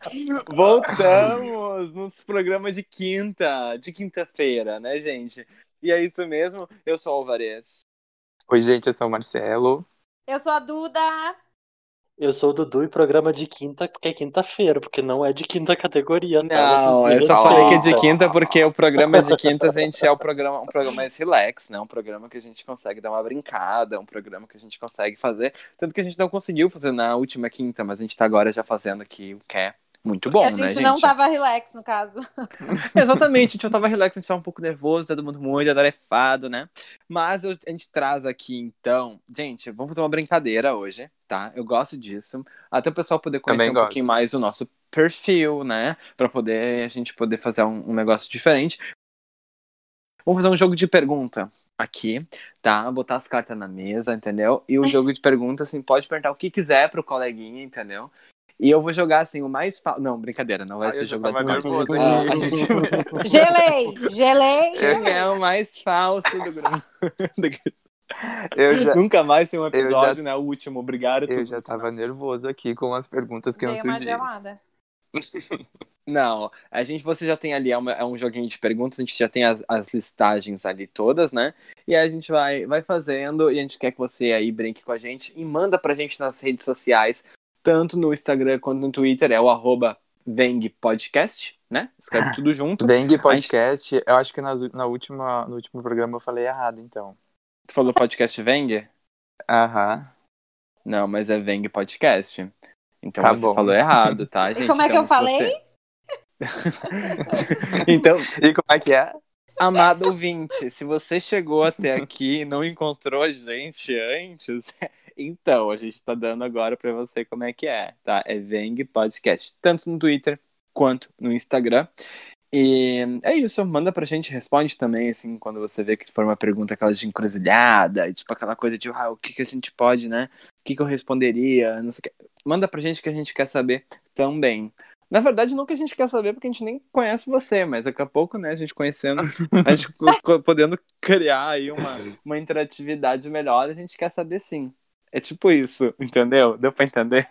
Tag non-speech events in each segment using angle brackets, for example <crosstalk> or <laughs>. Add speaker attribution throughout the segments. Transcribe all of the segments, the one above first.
Speaker 1: <laughs> Voltamos nos programas de quinta, de quinta-feira, né, gente? E é isso mesmo, eu sou o Alvarez.
Speaker 2: Oi, gente, eu sou o Marcelo.
Speaker 3: Eu sou a Duda.
Speaker 4: Eu sou o Dudu e programa de quinta, porque é quinta-feira, porque não é de quinta categoria, tá?
Speaker 1: Não,
Speaker 4: Vocês me
Speaker 1: eu só falei que é de
Speaker 4: respeitam.
Speaker 1: quinta porque o programa de quinta, gente, é o programa, um programa mais relax, né? Um programa que a gente consegue dar uma brincada, um programa que a gente consegue fazer. Tanto que a gente não conseguiu fazer na última quinta, mas a gente tá agora já fazendo aqui o que é muito bom,
Speaker 3: e a
Speaker 1: né,
Speaker 3: gente
Speaker 1: gente?
Speaker 3: não tava relax, no
Speaker 2: <laughs>
Speaker 3: caso.
Speaker 1: <laughs> Exatamente, a gente já tava relax, a gente tava um pouco nervoso, todo mundo muito atarefado, né? Mas eu- a gente traz aqui, então. Gente, vamos fazer uma brincadeira hoje, tá? Eu gosto disso. Até o pessoal poder conhecer
Speaker 2: Também
Speaker 1: um
Speaker 2: gosto.
Speaker 1: pouquinho mais o nosso perfil, né? Pra poder a gente poder fazer um, um negócio diferente. Vamos fazer um jogo de pergunta aqui, tá? Botar as cartas na mesa, entendeu? E o jogo de pergunta, assim, pode perguntar o que quiser pro coleguinha, entendeu? E eu vou jogar, assim, o mais. Fa... Não, brincadeira, não vai
Speaker 2: Ai,
Speaker 1: ser
Speaker 2: Ah, eu já
Speaker 1: jogo da
Speaker 2: tava
Speaker 1: turma.
Speaker 2: Tá nervoso
Speaker 1: Ah, a
Speaker 2: aqui.
Speaker 1: gente
Speaker 2: <laughs>
Speaker 3: Gelei, gelei,
Speaker 1: ele
Speaker 3: gelei.
Speaker 1: é o mais falso do grupo.
Speaker 2: Eu
Speaker 4: <laughs>
Speaker 2: já,
Speaker 1: Nunca mais tem um
Speaker 2: já-
Speaker 1: episódio, né? O último, obrigado.
Speaker 2: eu
Speaker 1: tudo.
Speaker 2: já tava nervoso aqui com as perguntas que eu
Speaker 3: Dei
Speaker 2: não
Speaker 3: uma
Speaker 2: surgiram.
Speaker 3: gelada.
Speaker 1: Não, a gente, você já tem ali, é, uma- é um joguinho de perguntas, a gente já tem as, as listagens ali todas, né? E a gente vai, vai fazendo e a gente quer que você aí brinque com a gente e manda pra gente nas redes sociais, tanto no Instagram quanto no Twitter, é o arroba VengPodcast, né?
Speaker 2: <laughs>
Speaker 1: Escreve tudo junto.
Speaker 2: Dengue Podcast, eu acho que nas, na última, no último programa eu falei errado, então.
Speaker 1: Tu falou podcast Veng?
Speaker 2: Aham.
Speaker 1: Não, mas é Veng Podcast. Então
Speaker 2: Tá
Speaker 1: você
Speaker 2: bom.
Speaker 1: falou errado, tá,
Speaker 3: E <laughs>
Speaker 1: gente?
Speaker 3: como é que
Speaker 1: Então, se
Speaker 3: eu falei?
Speaker 1: você-
Speaker 3: <laughs>
Speaker 1: <laughs> Então,
Speaker 2: E como é que é?
Speaker 1: amado ouvinte, se você chegou até aqui e não encontrou a gente antes, <laughs> então a gente tá dando agora pra você como é que é, tá? É Veng Podcast, tanto no Twitter quanto no Instagram. E é isso, manda pra gente, responde também, assim, quando você vê que for uma pergunta aquela de encruzilhada, tipo aquela coisa de, ah, o que que a gente pode, né? O que que eu responderia, não sei o que. Manda pra gente que a gente quer saber também. Na verdade, não que a gente quer saber, porque a gente nem conhece você, mas daqui a pouco, né, a gente conhecendo, <laughs> a gente co- co- podendo criar aí uma, uma interatividade melhor, a gente quer saber sim. É tipo isso, entendeu? Deu pra entender?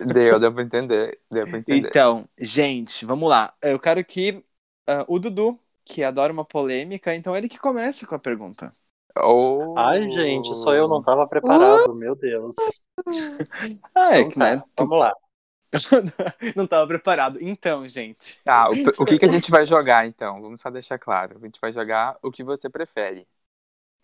Speaker 2: Deu, deu pra entender. Deu pra entender.
Speaker 1: Então, gente, vamos lá. Eu quero que ah, o Dudu, que adora uma polêmica, então ele que comece com a pergunta.
Speaker 2: Oh.
Speaker 4: Ai, gente, só eu não tava preparado, meu Deus.
Speaker 1: Ah, é
Speaker 4: Então
Speaker 1: que,
Speaker 4: tá,
Speaker 1: né?
Speaker 4: Vamos lá.
Speaker 1: tu não tava preparado. Então, gente.
Speaker 2: Tá, o, o que, que a
Speaker 4: <laughs>
Speaker 2: gente vai jogar, então? Vamos só deixar claro. A gente vai jogar o que você prefere.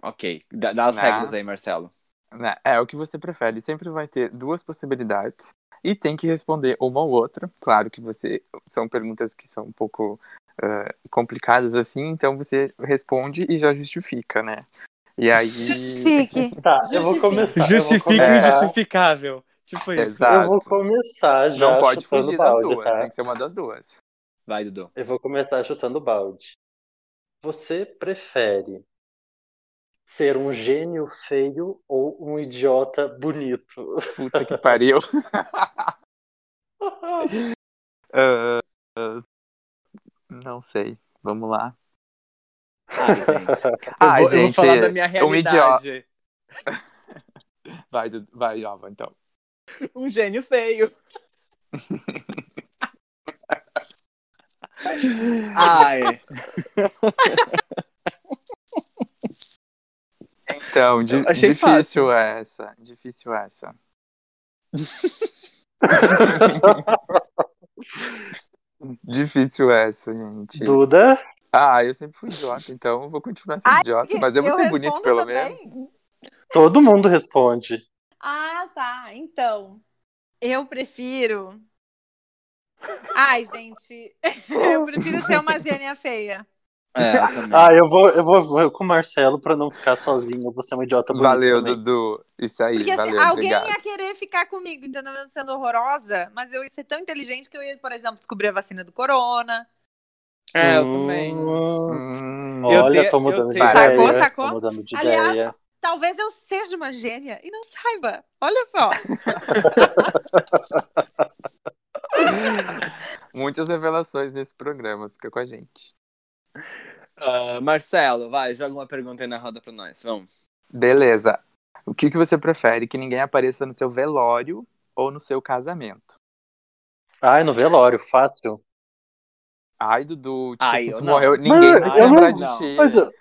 Speaker 1: Ok, dá, dá as
Speaker 2: Né?
Speaker 1: regras aí, Marcelo.
Speaker 2: né? É o que você prefere. Sempre vai ter duas possibilidades e tem que responder uma ou outra. Claro que você são perguntas que são um pouco eh, complicadas assim, então você responde e já justifica, né? E aí
Speaker 3: Justifique.
Speaker 4: Tá, eu vou
Speaker 3: Justifique.
Speaker 4: começar.
Speaker 1: Justifica o
Speaker 4: eu vou começar,
Speaker 1: injustificável. Tipo isso.
Speaker 2: Exato.
Speaker 4: eu vou começar já
Speaker 2: não pode
Speaker 4: chutando
Speaker 2: fugir das
Speaker 4: balde,
Speaker 2: duas, né?
Speaker 4: tá?
Speaker 2: tem que ser uma das duas.
Speaker 1: Vai, Dudu.
Speaker 4: Eu vou começar chutando balde. Você prefere ser um gênio feio ou um idiota bonito?
Speaker 1: <laughs>
Speaker 2: Puta que pariu. <laughs> Ah, ah, não sei. Vamos lá.
Speaker 1: Ai, gente. é Eu,
Speaker 2: Ai,
Speaker 1: vou, eu vou
Speaker 2: gente,
Speaker 1: falar da minha
Speaker 2: um idiota.
Speaker 1: realidade.
Speaker 2: vai, Dudu- vai, Jova, então.
Speaker 1: Um gênio <laughs> feio. Ai.
Speaker 2: Então, di-
Speaker 1: Eu achei
Speaker 2: difícil
Speaker 1: fácil.
Speaker 2: essa. Difícil essa. difícil essa, gente.
Speaker 4: Duda?
Speaker 2: Ah, eu sempre fui idiota, então eu vou continuar sendo
Speaker 3: Ai,
Speaker 2: idiota, <laughs> mas eu vou ser bonito
Speaker 3: respondo
Speaker 2: pelo
Speaker 3: também?
Speaker 2: menos.
Speaker 4: Todo mundo responde.
Speaker 3: Ah, tá. Então, eu prefiro. Ai, gente, <laughs> eu prefiro ser uma gênia feia.
Speaker 1: É, eu também.
Speaker 4: Ah, eu vou, eu vou, vou com o Marcelo pra não ficar sozinho. Eu vou ser um idiota bonito
Speaker 2: Valeu,
Speaker 4: também.
Speaker 2: Dudu. Isso aí,
Speaker 3: Porque assim,
Speaker 2: valeu,
Speaker 3: alguém
Speaker 2: obrigado.
Speaker 3: ia querer ficar comigo, entendeu? Mesmo sendo horrorosa, mas eu ia ser tão inteligente que eu ia, por exemplo, descobrir a vacina do corona.
Speaker 1: É, eu também.
Speaker 4: Hum,
Speaker 2: Hum,
Speaker 1: Eu
Speaker 4: Olha,
Speaker 1: te-
Speaker 4: tô mudando de
Speaker 2: eu te-
Speaker 4: ideia.
Speaker 3: Sacou, sacou?
Speaker 4: Tô mudando de
Speaker 3: Aliás,
Speaker 4: ideia.
Speaker 3: Talvez eu seja uma gênia e não saiba. Olha
Speaker 2: <laughs>
Speaker 3: só.
Speaker 2: Muitas revelações nesse programa, fica com a gente.
Speaker 1: Ah, Marcelo, vai, joga uma pergunta aí na roda pra nós. Vamos.
Speaker 2: Beleza. O que, que você prefere? Que ninguém apareça no seu velório ou no seu casamento?
Speaker 4: Ai, no velório, fácil.
Speaker 2: Ai, Dudu, tipo,
Speaker 1: Ai,
Speaker 2: se
Speaker 1: eu
Speaker 2: tu
Speaker 1: não.
Speaker 2: morreu, ninguém
Speaker 4: Mas
Speaker 2: vai se
Speaker 4: eu
Speaker 2: lembrar
Speaker 4: não-
Speaker 2: de
Speaker 1: não.
Speaker 2: ti.
Speaker 4: Mas, eu-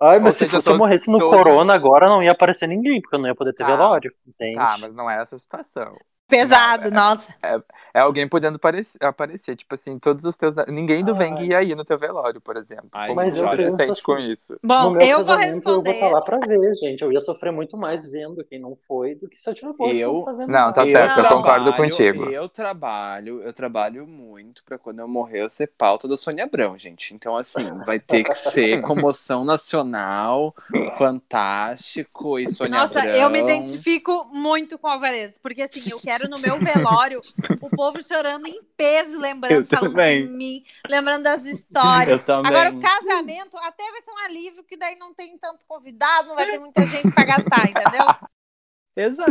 Speaker 4: ai, mas
Speaker 2: Ou
Speaker 4: se,
Speaker 2: seja,
Speaker 4: eu se eu
Speaker 2: tô-
Speaker 4: morresse no
Speaker 2: tô-
Speaker 4: corona agora, não ia aparecer ninguém, porque eu não ia poder ter
Speaker 2: Tá.
Speaker 4: velório. Entende?
Speaker 2: Tá, mas não é essa a situação. né?
Speaker 3: Pesado, nossa.
Speaker 2: É alguém podendo parec- aparecer, tipo assim, todos os teus. Ninguém do Veng
Speaker 4: Ai.
Speaker 2: ia ir no teu velório, por exemplo.
Speaker 1: Ai,
Speaker 2: Como
Speaker 1: mas
Speaker 2: você
Speaker 1: eu
Speaker 2: se
Speaker 1: penso
Speaker 2: sente
Speaker 4: assim.
Speaker 2: com isso?
Speaker 4: No
Speaker 3: Bom,
Speaker 4: meu
Speaker 3: eu vou
Speaker 4: casamento, eu vou estar
Speaker 3: responder.
Speaker 4: lá pra ver, gente. Eu ia sofrer muito mais vendo quem não foi do que se eu tiver posto,
Speaker 1: Eu-
Speaker 4: não tá vendo
Speaker 2: Não, tá
Speaker 3: Eu
Speaker 1: Eu
Speaker 2: certo, eu
Speaker 3: trabalho,
Speaker 2: concordo contigo.
Speaker 1: Eu trabalho, eu trabalho muito pra quando eu morrer eu ser pauta da Sônia Abrão, gente. Então, assim, vai ter que ser comoção nacional, fantástico e Sônia
Speaker 3: Nossa,
Speaker 1: Abrão.
Speaker 3: eu me identifico muito com o Alvarez, porque assim, eu quero no meu velório o povo chorando em peso, lembrando,
Speaker 1: Eu
Speaker 3: falando
Speaker 1: também.
Speaker 3: de mim, lembrando das histórias.
Speaker 1: Eu também.
Speaker 3: Agora, o casamento até vai ser um alívio, que daí não tem tanto convidado, não vai ter muita gente pra gastar, entendeu?
Speaker 1: Exato.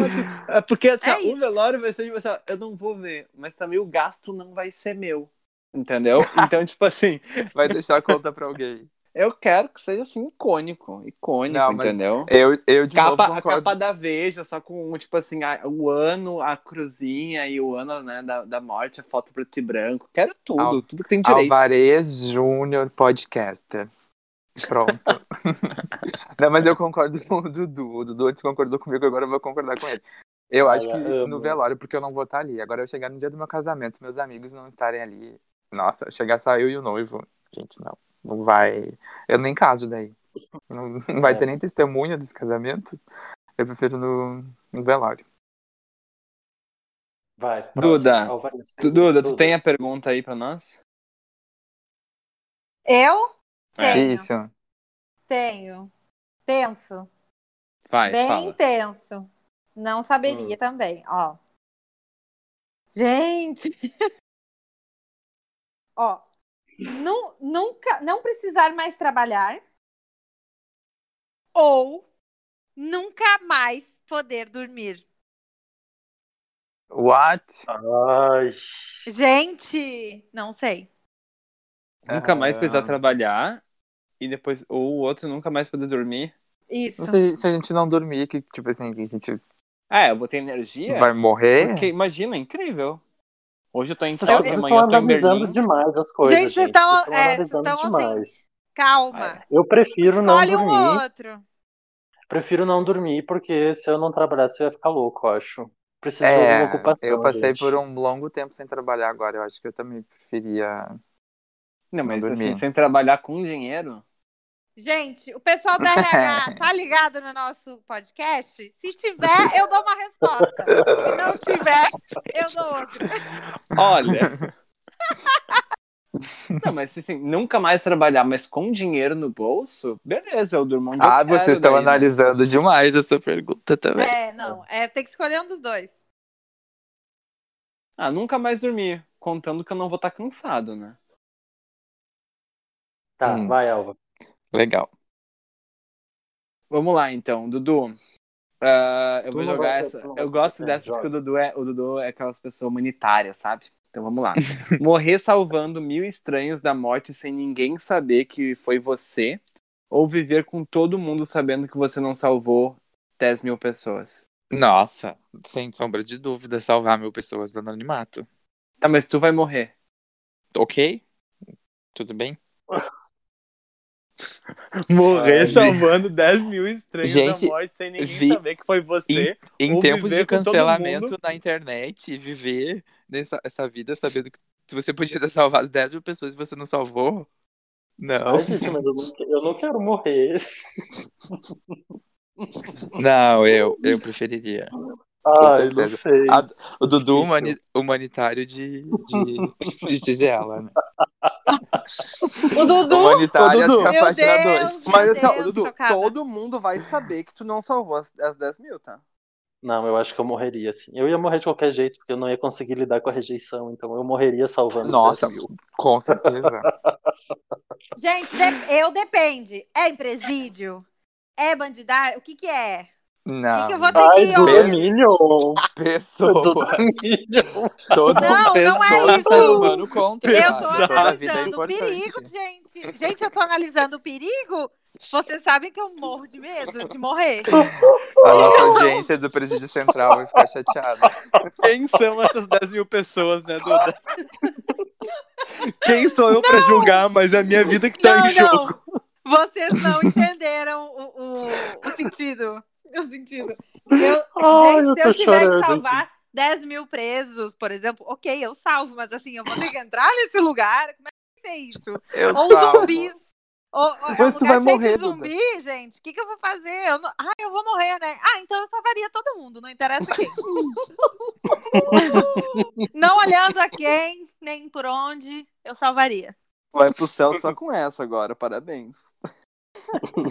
Speaker 1: É porque assim,
Speaker 3: É
Speaker 1: o
Speaker 3: isso.
Speaker 1: velório vai ser tipo assim, ó, eu não vou ver, mas também o gasto não vai ser meu.
Speaker 3: <laughs>
Speaker 1: Entendeu? Então, tipo assim,
Speaker 2: Vai deixar a conta pra alguém.
Speaker 1: eu quero que seja assim icônico, icônico,
Speaker 2: Não, mas
Speaker 1: entendeu?
Speaker 2: Eu, eu de
Speaker 1: Capa,
Speaker 2: novo
Speaker 1: a capa
Speaker 2: concordo.
Speaker 1: da Veja, só com, tipo assim, a- o ano, a cruzinha e o ano né, da, da morte, a foto preto e branco. Quero tudo,
Speaker 2: Al-
Speaker 1: tudo que tem direito.
Speaker 2: Alvarez Júnior Podcaster. Pronto. Não, mas eu concordo com o Dudu. O Dudu antes concordou comigo, agora eu vou concordar com ele. Eu
Speaker 4: Ai,
Speaker 2: acho que
Speaker 4: amo.
Speaker 2: no velório, porque eu não vou estar ali. Agora eu chegar no dia do meu casamento, meus amigos não estarem ali. Nossa, chegar só eu e o noivo. Gente, não. Não vai. Eu nem caso daí. Não, não vai
Speaker 4: É.
Speaker 2: ter nem testemunha desse casamento. Eu prefiro no, no velório.
Speaker 4: Vai, próximo.
Speaker 1: Duda,
Speaker 4: Alvarez.
Speaker 1: Tu, Duda, tu tem a pergunta aí pra nós?
Speaker 3: Eu
Speaker 1: É.
Speaker 3: tenho,
Speaker 2: Isso.
Speaker 3: tenho. Tenso.
Speaker 1: Vai,
Speaker 3: Bem
Speaker 1: fala.
Speaker 3: intenso. Não saberia também, ó. Gente! <laughs> ó, não, nunca, não precisar mais trabalhar ou nunca mais poder dormir.
Speaker 2: What?
Speaker 4: Ai,
Speaker 3: Gente, não sei.
Speaker 1: Nunca mais
Speaker 2: Ah.
Speaker 1: precisar trabalhar e depois, ou o outro nunca mais poder dormir.
Speaker 3: Isso.
Speaker 2: Não sei se a gente não dormir, que tipo assim, que a gente
Speaker 1: Ah, eu vou ter energia?
Speaker 2: vai morrer.
Speaker 1: Porque, imagina, é incrível. Hoje eu tô em
Speaker 4: vocês,
Speaker 1: Tóquio,
Speaker 4: vocês estão
Speaker 1: amanhã eu tô em
Speaker 4: analisando
Speaker 1: Berlim.
Speaker 4: demais as coisas,
Speaker 3: Gente,
Speaker 4: gente.
Speaker 3: vocês estão-
Speaker 4: Vocês estão
Speaker 3: é, vocês
Speaker 4: analisando
Speaker 3: estão assim.
Speaker 4: demais.
Speaker 3: Calma.
Speaker 4: Eu prefiro não
Speaker 3: Escolhe um ou
Speaker 4: dormir.
Speaker 3: outro.
Speaker 4: Prefiro não dormir, porque se eu não trabalhasse, eu ia ficar louco, eu acho. Preciso de
Speaker 2: É,
Speaker 4: alguma ocupação,
Speaker 2: eu passei
Speaker 4: gente.
Speaker 2: por um longo tempo sem trabalhar agora. Eu acho que eu também preferia.
Speaker 1: Não, mas
Speaker 2: Não
Speaker 1: assim,
Speaker 2: dormir.
Speaker 1: sem trabalhar com dinheiro.
Speaker 3: Gente, o pessoal da
Speaker 2: <laughs>
Speaker 3: RH tá ligado no nosso podcast? Se tiver, eu dou uma resposta. Se não tiver, eu dou outra.
Speaker 1: Olha. Não, mas assim, nunca mais trabalhar, mas com dinheiro no bolso, beleza, eu durmo onde
Speaker 2: Ah,
Speaker 1: eu quero.
Speaker 2: vocês estão
Speaker 1: daí, né?
Speaker 2: analisando demais essa pergunta também.
Speaker 3: É, não. É, tem que escolher um dos dois.
Speaker 1: Ah, nunca mais dormir, contando que eu não vou estar cansado, né?
Speaker 4: Tá,
Speaker 2: Hum.
Speaker 4: vai, Alva.
Speaker 2: Legal.
Speaker 1: Vamos lá, então, Dudu. Ah, eu
Speaker 4: Tu
Speaker 1: vou
Speaker 4: não
Speaker 1: jogar
Speaker 4: vai-
Speaker 1: essa.
Speaker 4: tu não vai
Speaker 1: Eu gosto
Speaker 4: precisar,
Speaker 1: dessas
Speaker 4: joga.
Speaker 1: que o Dudu é. O Dudu é aquelas pessoas humanitárias, sabe? Então vamos lá.
Speaker 4: <laughs>
Speaker 1: Morrer salvando mil estranhos da morte sem ninguém saber que foi você, ou viver com todo mundo sabendo que você não salvou 10 mil pessoas.
Speaker 2: Nossa, sem sombra de dúvida, salvar mil pessoas do anonimato.
Speaker 1: Tá, mas tu vai morrer.
Speaker 2: Ok? Tudo bem?
Speaker 1: <laughs> Morrer
Speaker 4: Ai,
Speaker 1: Ah, salvando 10 mil estranhos
Speaker 2: Gente,
Speaker 1: da morte sem ninguém
Speaker 2: vi-
Speaker 1: saber que foi você.
Speaker 2: Em
Speaker 1: Ou
Speaker 2: tempos
Speaker 1: viver
Speaker 2: de
Speaker 1: com todo
Speaker 2: cancelamento
Speaker 1: mundo.
Speaker 2: na internet, viver nessa, essa vida sabendo que você podia ter salvado 10 mil pessoas e você não salvou? Não.
Speaker 4: Ai, gente, mas eu não, eu não
Speaker 2: <laughs>
Speaker 4: quero morrer.
Speaker 2: Não, eu, eu preferiria.
Speaker 4: Ai, não
Speaker 2: certeza. Ah.
Speaker 4: sei.
Speaker 2: A- o Dudu
Speaker 4: difícil.
Speaker 2: humani- humanitário de, de,
Speaker 1: <laughs>
Speaker 2: de tigela, né?
Speaker 3: O Dudu,
Speaker 2: Humanitário é
Speaker 1: Ô, Dudu.
Speaker 2: até a
Speaker 3: Meu
Speaker 2: página
Speaker 3: Deus.
Speaker 2: 2.
Speaker 1: Mas assim, ó,
Speaker 3: Deus,
Speaker 1: Dudu,
Speaker 3: chocada.
Speaker 1: todo mundo vai saber que tu não salvou as, as 10 mil, tá?
Speaker 4: Não, eu acho que eu morreria, assim. Eu ia morrer de qualquer jeito, porque eu não ia conseguir lidar com a rejeição, então eu morreria salvando
Speaker 2: Nossa,
Speaker 4: 10 mil.
Speaker 1: <laughs>
Speaker 2: com certeza.
Speaker 3: gente, de- eu depende. É em presídio? É bandidar? O que que é? O
Speaker 2: Não.
Speaker 3: que, que eu vou ter
Speaker 4: Ai,
Speaker 3: que
Speaker 4: do
Speaker 2: Deus. <laughs>
Speaker 3: hoje?
Speaker 4: Dominion!
Speaker 2: Pessoa.
Speaker 4: Do Dominion!
Speaker 2: Todo,
Speaker 3: Não, não
Speaker 2: todo
Speaker 3: é
Speaker 2: ser
Speaker 3: isso.
Speaker 2: humano conta.
Speaker 3: Eu
Speaker 2: cara.
Speaker 3: tô
Speaker 2: Toda vida é
Speaker 3: analisando o
Speaker 2: importante.
Speaker 3: perigo, gente. Gente, eu tô analisando o perigo Vocês sabem que eu morro de medo de morrer.
Speaker 2: A nossa audiência do Presídio Central vai ficar chateada.
Speaker 1: <laughs> Quem são essas 10 mil pessoas, né, Duda? Quem sou eu pra julgar, mas é a minha vida que tá
Speaker 3: Não,
Speaker 1: em jogo.
Speaker 3: não. Vocês não entenderam o, o- o sentido. O sentido. Eu-
Speaker 4: Ai,
Speaker 3: gente,
Speaker 4: eu
Speaker 3: se
Speaker 4: tô
Speaker 3: eu tiver
Speaker 4: chorando
Speaker 3: que
Speaker 4: aqui.
Speaker 3: salvar 10 mil presos, por exemplo, ok, eu salvo, mas assim, eu vou ter que entrar nesse lugar? Como é que vai ser isso?
Speaker 2: Eu
Speaker 3: Ou
Speaker 2: salvo.
Speaker 3: zumbis. Ou, ou, é um
Speaker 1: tu vai
Speaker 3: lugar cheio
Speaker 1: morrer,
Speaker 3: de zumbi, gente. O que, que eu vou fazer? Eu não- Ah, eu vou morrer, né? Ah, então eu salvaria todo mundo, não interessa quem. não olhando a quem, nem por onde, eu salvaria.
Speaker 1: Vai pro céu só com essa agora, parabéns.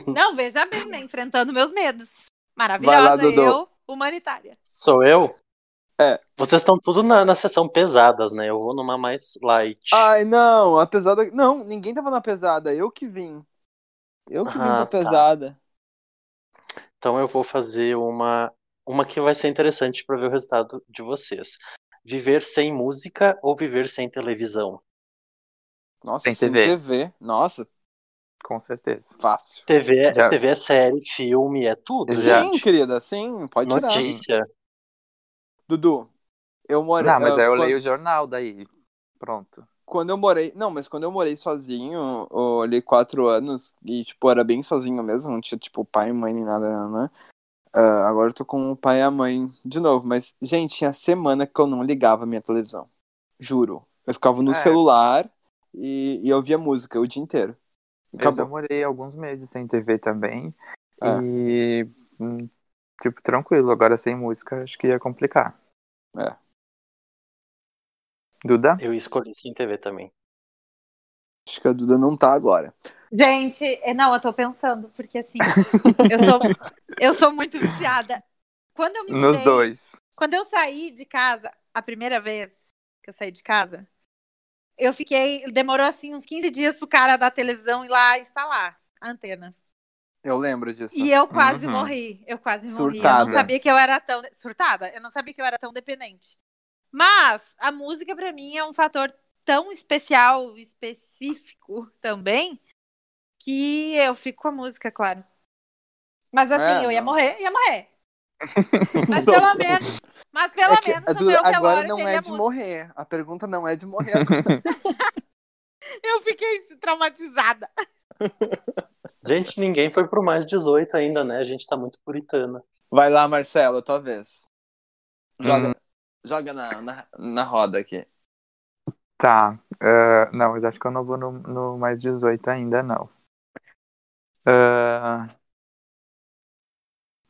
Speaker 3: Não, veja bem, né? Enfrentando meus medos. Maravilhosa,
Speaker 1: Vai lá, Dudu.
Speaker 3: eu, humanitária.
Speaker 4: Sou eu?
Speaker 1: É.
Speaker 4: Vocês estão tudo na, na sessão pesadas, né? Eu vou numa mais light.
Speaker 1: Ai, não, a pesada. Não, ninguém tava na pesada, eu que vim. Eu que vim
Speaker 4: Ah,
Speaker 1: pra
Speaker 4: tá.
Speaker 1: pesada.
Speaker 4: Então eu vou fazer uma uma que vai ser interessante para ver o resultado de vocês. Viver sem música ou viver sem televisão?
Speaker 1: Nossa,
Speaker 2: Sem
Speaker 1: sem
Speaker 2: TV.
Speaker 1: TV. Nossa,
Speaker 2: Com certeza.
Speaker 1: fácil.
Speaker 4: TV é,
Speaker 2: Já.
Speaker 4: TV é série, filme, é tudo,
Speaker 2: Já.
Speaker 1: Sim,
Speaker 4: gente.
Speaker 1: querida, sim, pode tirar.
Speaker 4: Notícia.
Speaker 1: Dudu, eu morei.
Speaker 2: Não, mas
Speaker 1: eh,
Speaker 2: aí eu
Speaker 1: quando-
Speaker 2: leio o jornal daí. Pronto.
Speaker 1: Quando eu morei. Não, mas quando eu morei sozinho, eu olhei quatro anos e, tipo, era bem sozinho mesmo. Não tinha, tipo, pai, mãe, nem nada, né? Ah, agora eu tô com o pai e a mãe de novo. Mas, gente, tinha semana que eu não ligava a minha televisão. Juro. Eu ficava no
Speaker 2: É.
Speaker 1: celular e, e eu ouvia música o dia inteiro.
Speaker 2: Eu
Speaker 1: Acabou.
Speaker 2: demorei alguns meses sem TV também.
Speaker 1: É.
Speaker 2: E. hum, Tipo, tranquilo, agora sem música acho que ia complicar.
Speaker 1: É.
Speaker 2: Duda?
Speaker 4: Eu escolhi sem TV também.
Speaker 1: Acho que a Duda não tá agora.
Speaker 3: Gente, é- não, eu tô pensando,
Speaker 1: <laughs>
Speaker 3: porque assim, eu sou, eu sou muito viciada. Quando eu me
Speaker 2: Nos
Speaker 3: mudei-
Speaker 2: dois.
Speaker 3: Quando eu saí de casa, a primeira vez que eu saí de casa, eu fiquei. Demorou assim uns 15 dias pro cara da televisão ir lá instalar a antena.
Speaker 1: Eu lembro disso.
Speaker 3: E eu quase
Speaker 2: Uhum.
Speaker 3: morri. Eu quase morri. Eu
Speaker 1: Surtada.
Speaker 3: não sabia que eu era tão. Surtada? Eu não sabia que eu era tão dependente. Mas a música, pra mim, é um fator tão especial, específico também, que eu fico com a música, claro. Mas assim,
Speaker 1: É,
Speaker 3: eu ia
Speaker 1: não.
Speaker 3: morrer,
Speaker 1: <laughs>
Speaker 3: ia morrer. Mas pelo menos. Mas pelo
Speaker 1: É que
Speaker 3: menos
Speaker 1: a
Speaker 3: o
Speaker 1: Duda
Speaker 3: meu
Speaker 1: agora
Speaker 3: velório
Speaker 1: não
Speaker 3: teria
Speaker 1: é de
Speaker 3: música.
Speaker 1: morrer. A pergunta não é de <laughs> morrer.
Speaker 3: <laughs> Eu fiquei traumatizada.
Speaker 4: Gente, ninguém foi pro mais 18 ainda, né? A gente tá muito puritana.
Speaker 1: Vai lá, Marcelo, tua vez. Joga,
Speaker 2: Hum.
Speaker 1: joga na, na, na roda aqui.
Speaker 2: Tá. ah, não, mas acho que eu não vou no, no mais 18 ainda, não. Ah,